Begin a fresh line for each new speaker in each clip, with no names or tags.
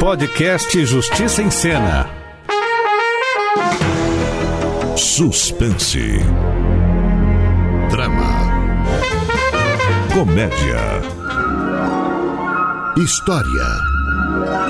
Podcast Justiça em Cena.
Suspense. Drama. Comédia. História.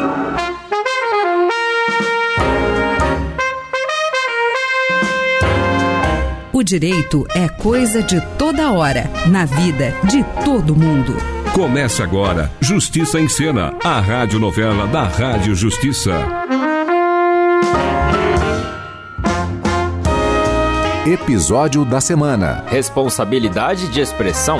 O direito é coisa de toda hora, na vida de todo mundo.
Começa agora Justiça em Cena, a radionovela da Rádio Justiça.
Episódio da semana.
Responsabilidade de expressão.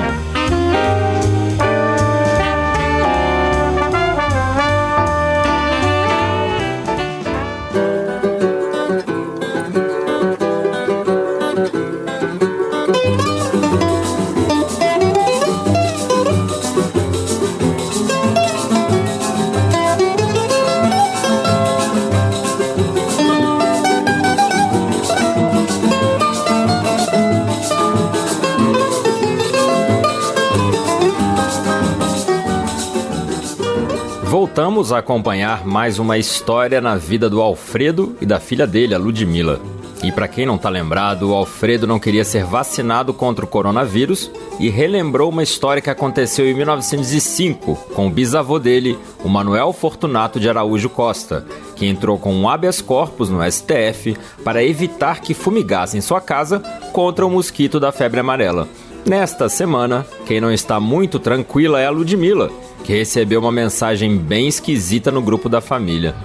Voltamos a acompanhar mais uma história na vida do Alfredo e da filha dele, a Ludmilla. E para quem não tá lembrado, o Alfredo não queria ser vacinado contra o coronavírus e relembrou uma história que aconteceu em 1905 com o bisavô dele, o Manuel Fortunato de Araújo Costa, que entrou com um habeas corpus no STF para evitar que fumigassem sua casa contra o mosquito da febre amarela. Nesta semana, quem não está muito tranquila é a Ludmilla, que recebeu uma mensagem bem esquisita no grupo da família.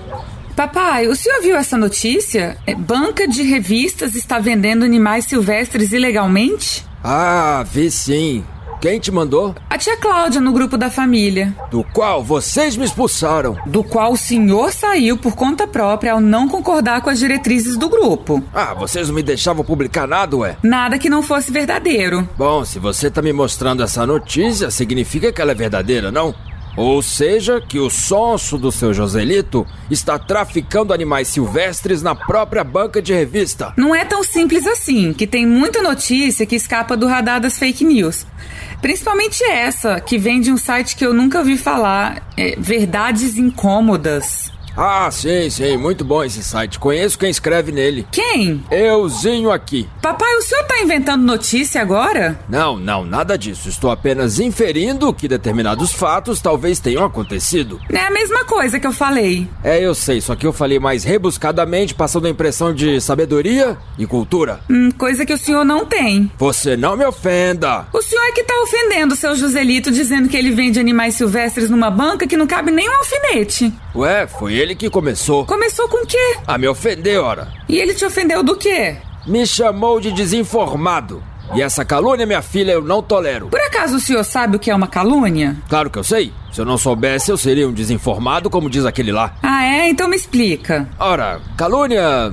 Papai, o senhor viu essa notícia? É, Banca de revistas está vendendo animais silvestres ilegalmente?
Ah, vi sim. Quem te mandou?
A tia Cláudia no grupo da família,
Do qual vocês me expulsaram.
do qual o senhor saiu por conta própria ao não concordar com as diretrizes do grupo.
Ah, vocês não me deixavam publicar nada, ué?
Nada que não fosse verdadeiro.
Bom, se você tá me mostrando essa notícia, significa que ela é verdadeira, não? Ou seja, que o sonso do seu Joselito está traficando animais silvestres na própria banca de revista.
Não é tão simples assim, que tem muita notícia que escapa do radar das fake news. Principalmente essa, que vem de um site que eu nunca ouvi falar, é, Verdades Incômodas.
Ah, sim, sim, muito bom esse site. Conheço quem escreve nele.
Quem?
Euzinho aqui.
Papai, o senhor tá inventando notícia agora?
Não, não, nada disso. Estou apenas inferindo que determinados fatos talvez tenham acontecido.
É a mesma coisa que eu falei.
É, eu sei, só que eu falei mais rebuscadamente, passando a impressão de sabedoria e cultura.
Hum, coisa que o senhor não tem.
Você não me ofenda!
O senhor é que tá ofendendo o seu Joselito dizendo que ele vende animais silvestres numa banca que não cabe nem um alfinete.
Ué, foi ele que começou
Começou com o quê?
a me ofender, ora.
E ele te ofendeu do quê?
Me chamou de desinformado. E essa calúnia, minha filha, eu não tolero.
Por acaso o senhor sabe o que é uma calúnia?
Claro que eu sei. Se eu não soubesse, eu seria um desinformado, como diz aquele lá.
Ah, é? Então me explica.
Ora, calúnia.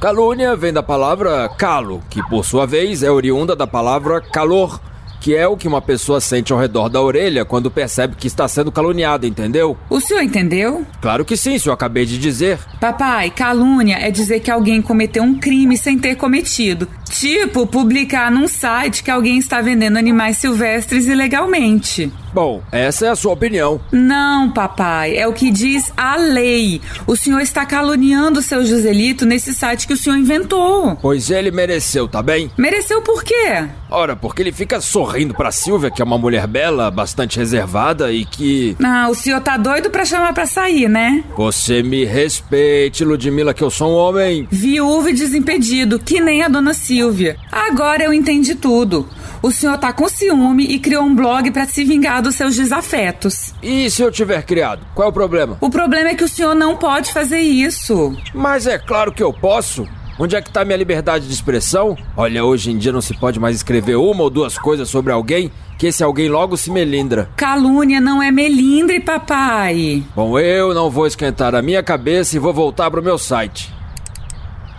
Calúnia vem da palavra calo, que por sua vez é oriunda da palavra calor, que é o que uma pessoa sente ao redor da orelha quando percebe que está sendo caluniada, entendeu?
O senhor entendeu?
Claro que sim, se eu acabei de dizer.
Papai, calúnia é dizer que alguém cometeu um crime sem ter cometido. Tipo, publicar num site que alguém está vendendo animais silvestres ilegalmente.
Bom, essa é a sua opinião.
Não, papai, é o que diz a lei. O senhor está caluniando o seu Joselito nesse site que o senhor inventou.
Pois ele mereceu, tá bem?
Mereceu por quê?
Ora, porque ele fica sorrindo pra Silvia, que é uma mulher bela, bastante reservada e que.
Ah, o senhor tá doido pra chamar pra sair, né?
Você me respeite, Ludmilla, que eu sou um homem.
Viúvo e desimpedido, que nem a dona Silvia. Agora eu entendi tudo. O senhor tá com ciúme e criou um blog pra se vingar dos seus desafetos.
E se eu tiver criado? Qual é o problema?
O problema é que o senhor não pode fazer isso.
Mas é claro que eu posso. Onde é que tá minha liberdade de expressão? Olha, hoje em dia não se pode mais escrever uma ou duas coisas sobre alguém, que esse alguém logo se melindra.
Calúnia não é melindre, papai.
Bom, eu não vou esquentar a minha cabeça e vou voltar pro meu site.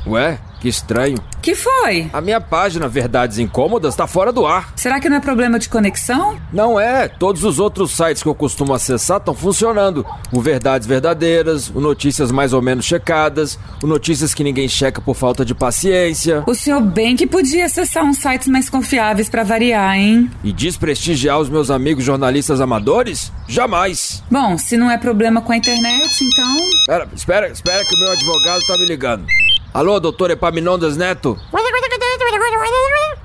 Ué? Que estranho.
Que foi?
A minha página Verdades Incômodas tá fora do ar.
Será que não é problema de conexão?
Não é, todos os outros sites que eu costumo acessar estão funcionando. O Verdades Verdadeiras, o Notícias Mais ou Menos Checadas, o Notícias que Ninguém Checa por Falta de Paciência.
O senhor bem que podia acessar uns sites mais confiáveis pra variar, hein?
E desprestigiar os meus amigos jornalistas amadores? Jamais.
Bom, se não é problema com a internet, então.
Espera, espera, espera que o meu advogado tá me ligando. Alô, doutor Epaminondas Neto?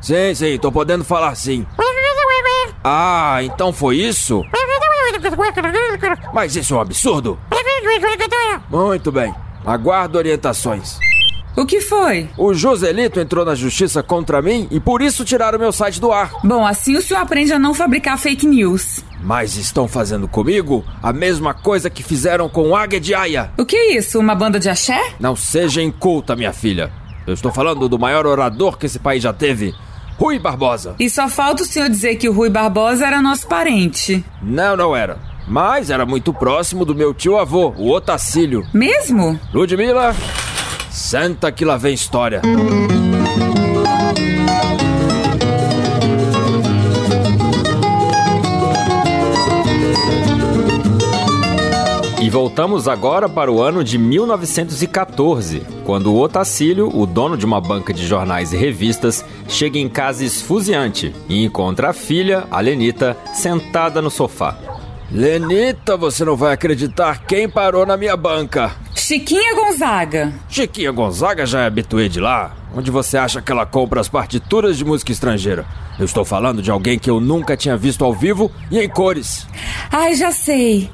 Sim, sim, tô podendo falar sim. Ah, então foi isso? Mas isso é um absurdo. Muito bem, aguardo orientações.
O que foi?
O Joselito entrou na justiça contra mim e por isso tiraram meu site do ar.
Bom, assim o senhor aprende a não fabricar fake news.
Mas estão fazendo comigo a mesma coisa que fizeram com o Águia de Aia.
O que é isso? Uma banda de axé?
Não seja inculta, minha filha. Eu estou falando do maior orador que esse país já teve, Rui Barbosa.
E só falta o senhor dizer que o Rui Barbosa era nosso parente.
Não, não era. Mas era muito próximo do meu tio avô, o Otacílio.
Mesmo?
Ludmila, senta que lá vem história.
E voltamos agora para o ano de 1914, quando o Otacílio, o dono de uma banca de jornais e revistas, chega em casa esfuziante e encontra a filha, a Lenita, sentada no sofá.
Lenita, você não vai acreditar quem parou na minha banca.
Chiquinha Gonzaga.
Chiquinha Gonzaga já é habituê de lá. Onde você acha que ela compra as partituras de música estrangeira? Eu estou falando de alguém que eu nunca tinha visto ao vivo e em cores.
Ai, já sei.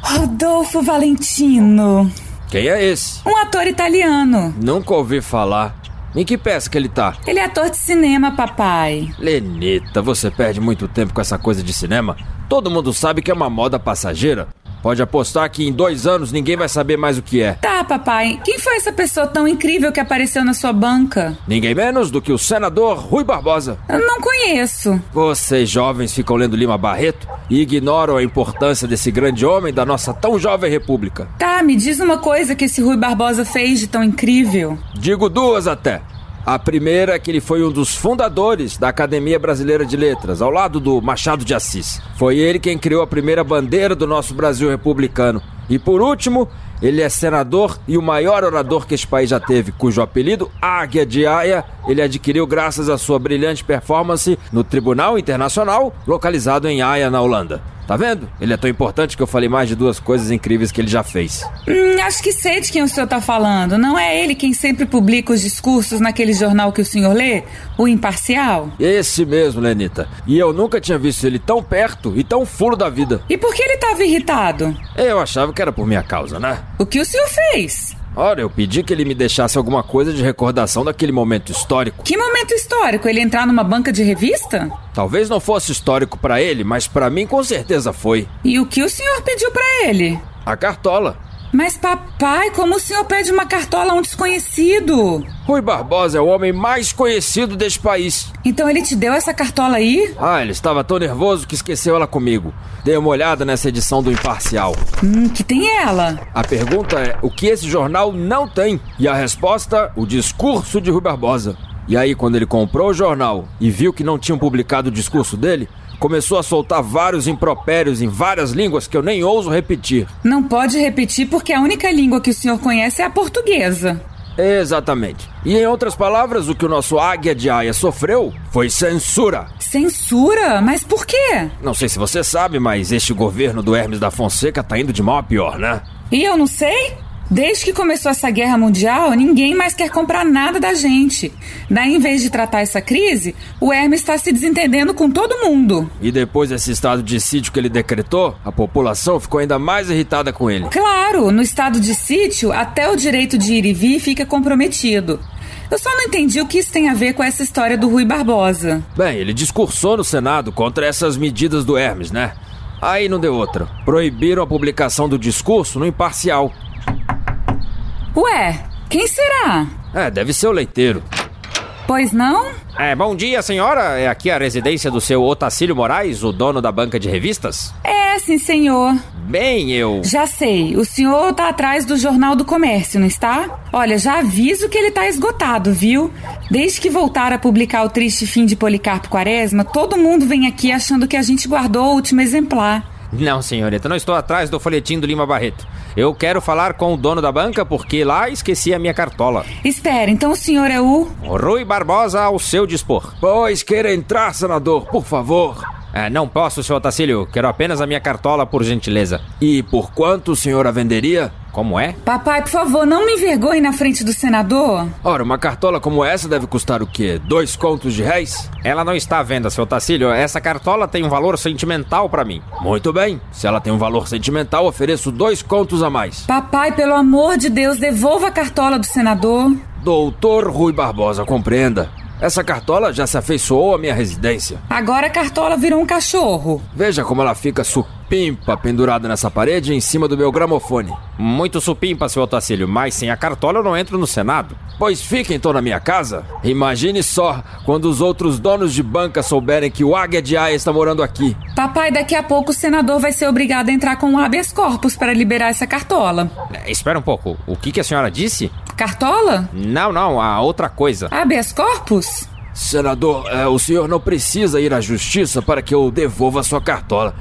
Rodolfo Valentino.
Quem é esse?
Um ator italiano.
Nunca ouvi falar. Em que peça que ele tá?
Ele é ator de cinema, papai.
Lenita, você perde muito tempo com essa coisa de cinema. Todo mundo sabe que é uma moda passageira. Pode apostar que em dois anos ninguém vai saber mais o que é.
Tá, papai. Quem foi essa pessoa tão incrível que apareceu na sua banca?
Ninguém menos do que o senador Rui Barbosa.
Eu não conheço.
Vocês jovens ficam lendo Lima Barreto e ignoram a importância desse grande homem da nossa tão jovem república.
Tá, me diz uma coisa que esse Rui Barbosa fez de tão incrível.
Digo duas até. A primeira é que ele foi um dos fundadores da Academia Brasileira de Letras, ao lado do Machado de Assis. Foi ele quem criou a primeira bandeira do nosso Brasil republicano. E por último, ele é senador e o maior orador que esse país já teve, cujo apelido, Águia de Aia, ele adquiriu graças à sua brilhante performance no Tribunal Internacional, localizado em Haia, na Holanda. Tá vendo? Ele é tão importante que eu falei mais de duas coisas incríveis que ele já fez.
Hum, acho que sei de quem o senhor tá falando. Não é ele quem sempre publica os discursos naquele jornal que o senhor lê? O Imparcial?
Esse mesmo, Lenita. E eu nunca tinha visto ele tão perto e tão furo da vida.
E por que ele tava irritado?
Eu achava que era por minha causa, né?
O que o senhor fez?
Ora, eu pedi que ele me deixasse alguma coisa de recordação daquele momento histórico.
Que momento histórico? Ele entrar numa banca de revista?
Talvez não fosse histórico pra ele, mas pra mim com certeza foi.
E o que o senhor pediu pra ele?
A cartola.
Mas, papai, como o senhor pede uma cartola a um desconhecido?
Rui Barbosa é o homem mais conhecido deste país.
Então ele te deu essa cartola aí?
Ah, ele estava tão nervoso que esqueceu ela comigo. Dei uma olhada nessa edição do Imparcial.
Hum, que tem ela?
A pergunta é o que esse jornal não tem? E a resposta, o discurso de Rui Barbosa. E aí, quando ele comprou o jornal e viu que não tinham publicado o discurso dele, começou a soltar vários impropérios em várias línguas que eu nem ouso repetir.
Não pode repetir porque a única língua que o senhor conhece é a portuguesa.
Exatamente. E em outras palavras, o que o nosso águia de aia sofreu foi censura.
Censura? Mas por quê?
Não sei se você sabe, mas este governo do Hermes da Fonseca tá indo de mal a pior, né?
E eu não sei? Desde que começou essa guerra mundial, ninguém mais quer comprar nada da gente. Daí, em vez de tratar essa crise, o Hermes está se desentendendo com todo mundo.
E depois desse estado de sítio que ele decretou, a população ficou ainda mais irritada com ele.
Claro, no estado de sítio, até o direito de ir e vir fica comprometido. Eu só não entendi o que isso tem a ver com essa história do Rui Barbosa.
Bem, ele discursou no Senado contra essas medidas do Hermes, né? Aí não deu outra. Proibiram a publicação do discurso no imparcial.
Ué, quem será?
É, deve ser o leiteiro.
Pois não?
É, bom dia, senhora. É aqui a residência do seu Otacílio Moraes, o dono da banca de revistas?
É, sim, senhor.
Bem, eu.
Já sei, o senhor tá atrás do Jornal do Comércio, não está? Olha, já aviso que ele tá esgotado, viu? Desde que voltaram a publicar o triste fim de Policarpo Quaresma, todo mundo vem aqui achando que a gente guardou o último exemplar.
Não, senhorita, não estou atrás do folhetim do Lima Barreto. Eu quero falar com o dono da banca porque lá esqueci a minha cartola.
Espera, então o senhor é o.
Rui Barbosa ao seu dispor.
Pois queira entrar, senador, por favor.
É, não posso, senhor Tacílio. Quero apenas a minha cartola, por gentileza.
E por quanto o senhor a venderia?
Como é?
Papai, por favor, não me envergonhe na frente do senador.
Ora, uma cartola como essa deve custar o quê? Dois contos de réis?
Ela não está à venda, seu Tacílio. Essa cartola tem um valor sentimental para mim.
Muito bem. Se ela tem um valor sentimental, ofereço dois contos a mais.
Papai, pelo amor de Deus, devolva a cartola do senador.
Doutor Rui Barbosa, compreenda. Essa cartola já se afeiçoou à minha residência.
Agora a cartola virou um cachorro.
Veja como ela fica supimpa pendurada nessa parede em cima do meu gramofone.
Muito supimpa, seu Otacílio, mas sem a cartola eu não entro no Senado.
Pois fica então na minha casa. Imagine só quando os outros donos de banca souberem que o Águia de Aia está morando aqui.
Papai, daqui a pouco o senador vai ser obrigado a entrar com um habeas corpus para liberar essa cartola.
É, espera um pouco. O que, que a senhora disse?
Cartola?
Não, não, a outra coisa.
Habeas corpus?
Senador, é, o senhor não precisa ir à justiça para que eu devolva a sua cartola.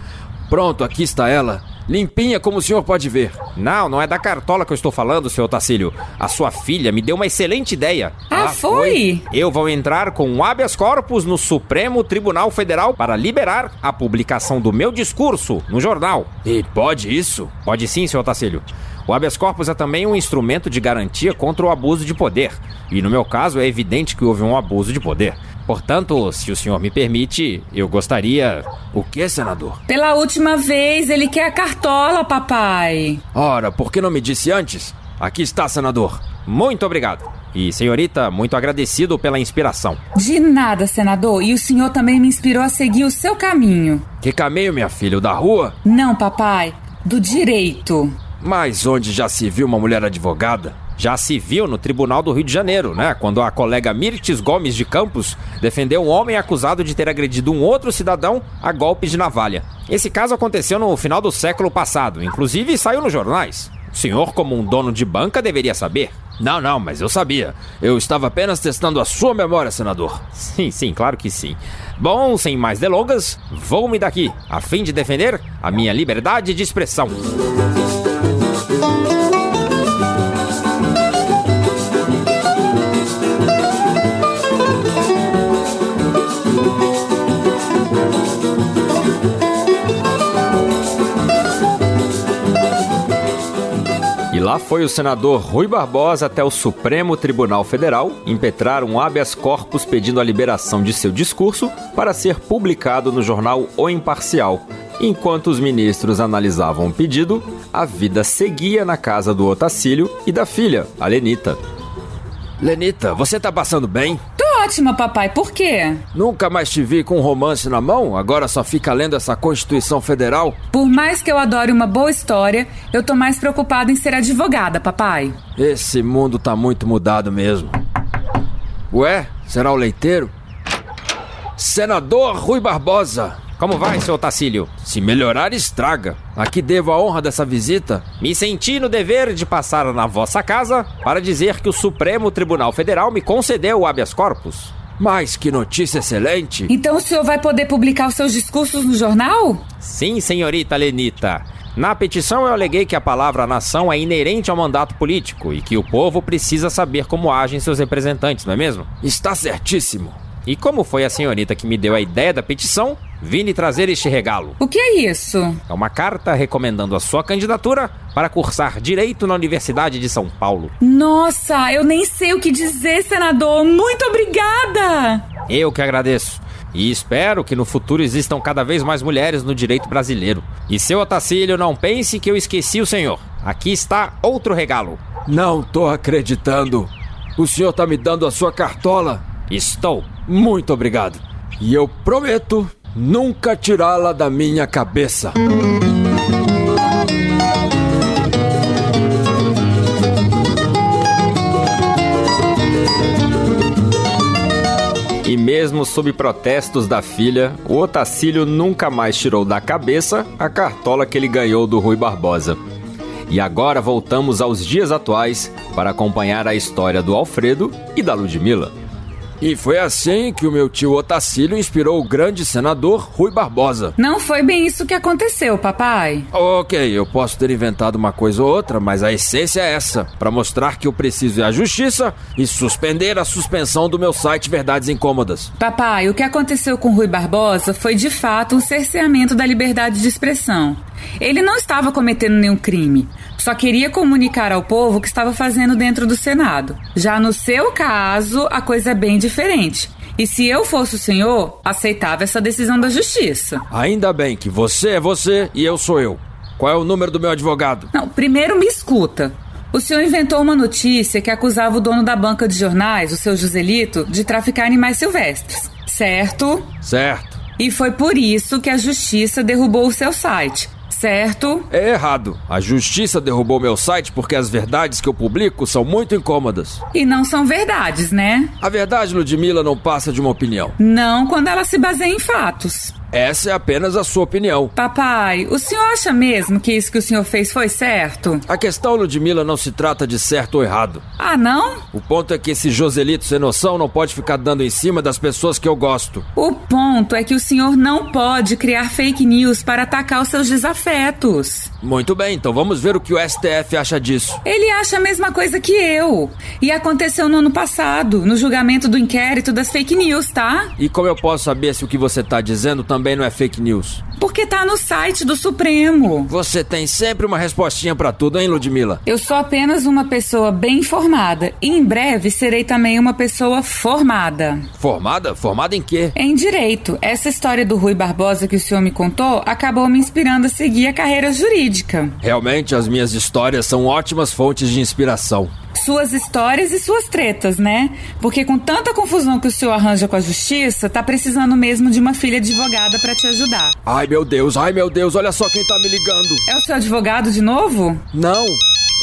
Pronto, aqui está ela. Limpinha, como o senhor pode ver.
Não, não é da cartola que eu estou falando, seu Tacílio. A sua filha me deu uma excelente ideia.
Ah, ah foi? foi?
Eu vou entrar com um habeas corpus no Supremo Tribunal Federal para liberar a publicação do meu discurso no jornal.
E pode isso?
Pode sim, seu Tacílio. O habeas corpus é também um instrumento de garantia contra o abuso de poder. E no meu caso é evidente que houve um abuso de poder. Portanto, se o senhor me permite, eu gostaria.
O que, senador?
Pela última vez, ele quer a cartola, papai.
Ora, por que não me disse antes? Aqui está, senador.
Muito obrigado. E, senhorita, muito agradecido pela inspiração.
De nada, senador. E o senhor também me inspirou a seguir o seu caminho.
Que caminho, minha filha? O da rua?
Não, papai. Do direito.
Mas onde já se viu uma mulher advogada?
Já se viu no Tribunal do Rio de Janeiro, né? Quando a colega Mirtes Gomes de Campos defendeu um homem acusado de ter agredido um outro cidadão a golpes de navalha. Esse caso aconteceu no final do século passado, inclusive saiu nos jornais. O senhor, como um dono de banca, deveria saber.
Não, não, mas eu sabia. Eu estava apenas testando a sua memória, senador.
Sim, sim, claro que sim. Bom, sem mais delongas, vou-me daqui, a fim de defender a minha liberdade de expressão.
E lá foi o senador Rui Barbosa até o Supremo Tribunal Federal impetrar um habeas corpus pedindo a liberação de seu discurso para ser publicado no jornal O Imparcial. Enquanto os ministros analisavam o pedido, a vida seguia na casa do Otacílio e da filha, a Lenita.
Lenita, você tá passando bem?
Tô ótima, papai. Por quê?
Nunca mais te vi com um romance na mão, agora só fica lendo essa Constituição Federal.
Por mais que eu adore uma boa história, eu tô mais preocupada em ser advogada, papai.
Esse mundo tá muito mudado mesmo. Ué, será o leiteiro? Senador Rui Barbosa,
como vai, seu Tacílio?
Se melhorar, estraga. Aqui devo a honra dessa visita.
Me senti no dever de passar na vossa casa para dizer que o Supremo Tribunal Federal me concedeu o habeas corpus.
Mas que notícia excelente!
Então o senhor vai poder publicar os seus discursos no jornal?
Sim, senhorita Lenita. Na petição eu aleguei que a palavra nação é inerente ao mandato político e que o povo precisa saber como agem seus representantes, não é mesmo?
Está certíssimo.
E como foi a senhorita que me deu a ideia da petição, vim lhe trazer este regalo.
O que é isso?
É uma carta recomendando a sua candidatura para cursar Direito na Universidade de São Paulo.
Nossa, eu nem sei o que dizer, senador. Muito obrigada!
Eu que agradeço. E espero que no futuro existam cada vez mais mulheres no direito brasileiro. E seu Otacílio, não pense que eu esqueci o senhor. Aqui está outro regalo.
Não tô acreditando. O senhor tá me dando a sua cartola.
Estou.
Muito obrigado. E eu prometo nunca tirá-la da minha cabeça.
E mesmo sob protestos da filha, o Otacílio nunca mais tirou da cabeça a cartola que ele ganhou do Rui Barbosa. E agora voltamos aos dias atuais para acompanhar a história do Alfredo e da Ludmilla.
E foi assim que o meu tio Otacílio inspirou o grande senador Rui Barbosa.
Não foi bem isso que aconteceu, papai.
Ok, eu posso ter inventado uma coisa ou outra, mas a essência é essa: para mostrar que eu preciso ir à justiça e suspender a suspensão do meu site Verdades Incômodas.
Papai, o que aconteceu com Rui Barbosa foi de fato um cerceamento da liberdade de expressão. Ele não estava cometendo nenhum crime, só queria comunicar ao povo o que estava fazendo dentro do Senado. Já no seu caso, a coisa é bem diferente. E se eu fosse o senhor, aceitava essa decisão da justiça.
Ainda bem que você é você e eu sou eu. Qual é o número do meu advogado?
Não, primeiro me escuta. O senhor inventou uma notícia que acusava o dono da banca de jornais, o seu Joselito, de traficar animais silvestres. Certo?
Certo.
E foi por isso que a justiça derrubou o seu site. Certo?
É errado. A justiça derrubou meu site porque as verdades que eu publico são muito incômodas.
E não são verdades, né?
A verdade, Ludmilla, não passa de uma opinião.
Não quando ela se baseia em fatos.
Essa é apenas a sua opinião.
Papai, o senhor acha mesmo que isso que o senhor fez foi certo?
A questão, Ludmilla, não se trata de certo ou errado.
Ah, não?
O ponto é que esse Joselito sem noção não pode ficar dando em cima das pessoas que eu gosto.
O ponto é que o senhor não pode criar fake news para atacar os seus desafetos.
Muito bem, então vamos ver o que o STF acha disso.
Ele acha a mesma coisa que eu. E aconteceu no ano passado, no julgamento do inquérito das fake news, tá?
E como eu posso saber se o que você está dizendo também também não é fake news?
Porque tá no site do Supremo.
Você tem sempre uma respostinha para tudo, hein, Ludmilla?
Eu sou apenas uma pessoa bem informada e em breve serei também uma pessoa formada.
Formada? Formada em quê?
Em direito. Essa história do Rui Barbosa que o senhor me contou acabou me inspirando a seguir a carreira jurídica.
Realmente, as minhas histórias são ótimas fontes de inspiração
suas histórias e suas tretas, né? Porque com tanta confusão que o senhor arranja com a justiça, tá precisando mesmo de uma filha advogada para te ajudar.
Ai, meu Deus, ai, meu Deus, olha só quem tá me ligando.
É o seu advogado de novo?
Não.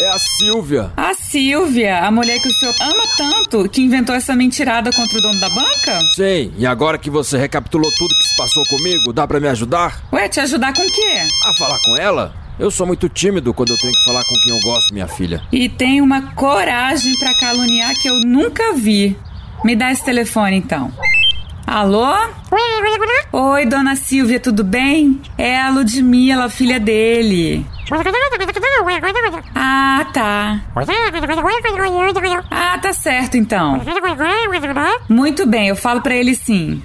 É a Silvia.
A Silvia, a mulher que o senhor ama tanto, que inventou essa mentirada contra o dono da banca?
Sim, e agora que você recapitulou tudo que se passou comigo, dá para me ajudar?
Ué, te ajudar com o quê?
A falar com ela? Eu sou muito tímido quando eu tenho que falar com quem eu gosto, minha filha.
E tem uma coragem para caluniar que eu nunca vi. Me dá esse telefone então. Alô? Oi, dona Silvia, tudo bem? É a Ludmilla, filha dele. Ah, tá. Ah, tá certo então. Muito bem, eu falo para ele sim.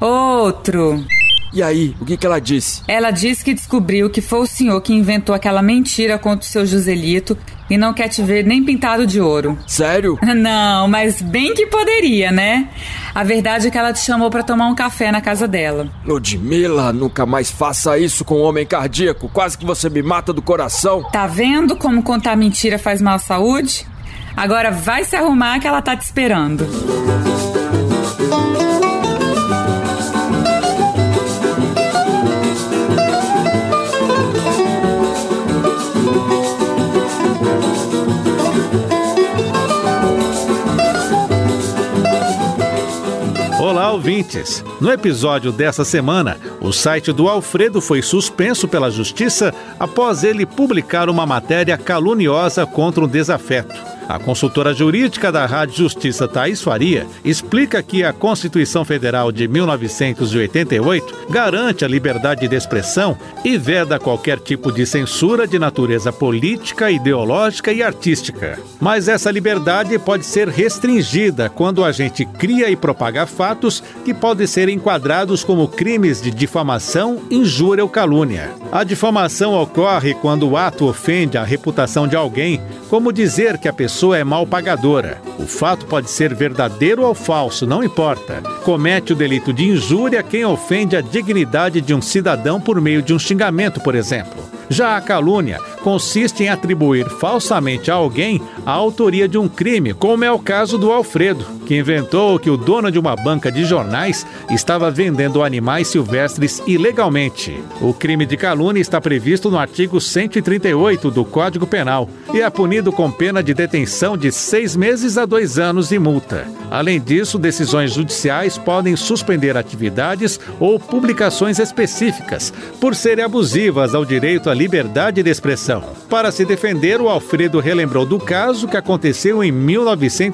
Outro.
E aí, o que, que ela disse?
Ela disse que descobriu que foi o senhor que inventou aquela mentira contra o seu Joselito e não quer te ver nem pintado de ouro.
Sério?
Não, mas bem que poderia, né? A verdade é que ela te chamou para tomar um café na casa dela.
Ludmilla, nunca mais faça isso com um homem cardíaco. Quase que você me mata do coração.
Tá vendo como contar mentira faz mal à saúde? Agora vai se arrumar que ela tá te esperando. Música
Olá, ouvintes! No episódio dessa semana, o site do Alfredo foi suspenso pela Justiça após ele publicar uma matéria caluniosa contra um desafeto. A consultora jurídica da Rádio Justiça, Thais Faria, explica que a Constituição Federal de 1988 garante a liberdade de expressão e veda qualquer tipo de censura de natureza política, ideológica e artística. Mas essa liberdade pode ser restringida quando a gente cria e propaga fatos que podem ser enquadrados como crimes de difamação, injúria ou calúnia. A difamação ocorre quando o ato ofende a reputação de alguém, como dizer que a pessoa pessoa é mal pagadora. O fato pode ser verdadeiro ou falso, não importa. Comete o delito de injúria quem ofende a dignidade de um cidadão por meio de um xingamento, por exemplo. Já a calúnia consiste em atribuir falsamente a alguém a autoria de um crime, como é o caso do Alfredo, que inventou que o dono de uma banca de jornais estava vendendo animais silvestres ilegalmente. O crime de calúnia está previsto no artigo 138 do Código Penal e é punido com pena de detenção de seis meses a dois anos e multa. Além disso, decisões judiciais podem suspender atividades ou publicações específicas por serem abusivas ao direito à liberdade de expressão. Para se defender, o Alfredo relembrou do caso que aconteceu em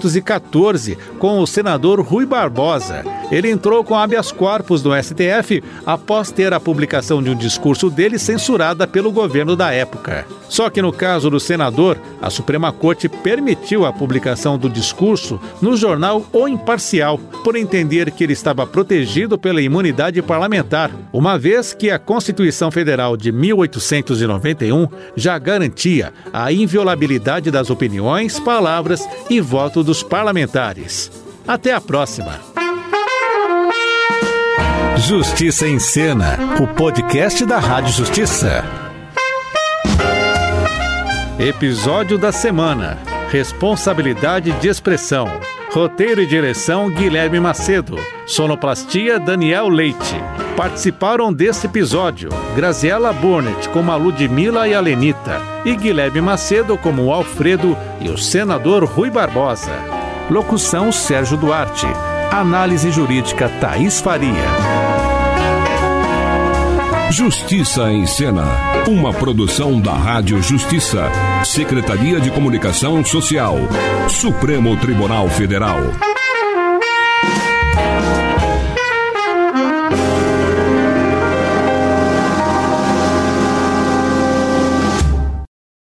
1914 com o senador Rui Barbosa. Ele entrou com habeas corpus do STF após ter a publicação de um discurso dele censurada pelo governo da época. Só que no caso do senador, a Suprema Corte permitiu a publicação do discurso no jornal O Imparcial, por entender que ele estava protegido pela imunidade parlamentar, uma vez que a Constituição Federal de 1891 já garantia a inviolabilidade das opiniões, palavras e voto dos parlamentares. Até a próxima! Justiça em Cena, o podcast da Rádio Justiça. Episódio da semana: Responsabilidade de expressão. Roteiro e direção: Guilherme Macedo. Sonoplastia: Daniel Leite. Participaram deste episódio Graziela Burnett como a Ludmilla e a Lenita, e Guilherme Macedo como o Alfredo e o senador Rui Barbosa. Locução: Sérgio Duarte. Análise jurídica: Thaís Faria.
Justiça em Cena, uma produção da Rádio Justiça, Secretaria de Comunicação Social, Supremo Tribunal Federal.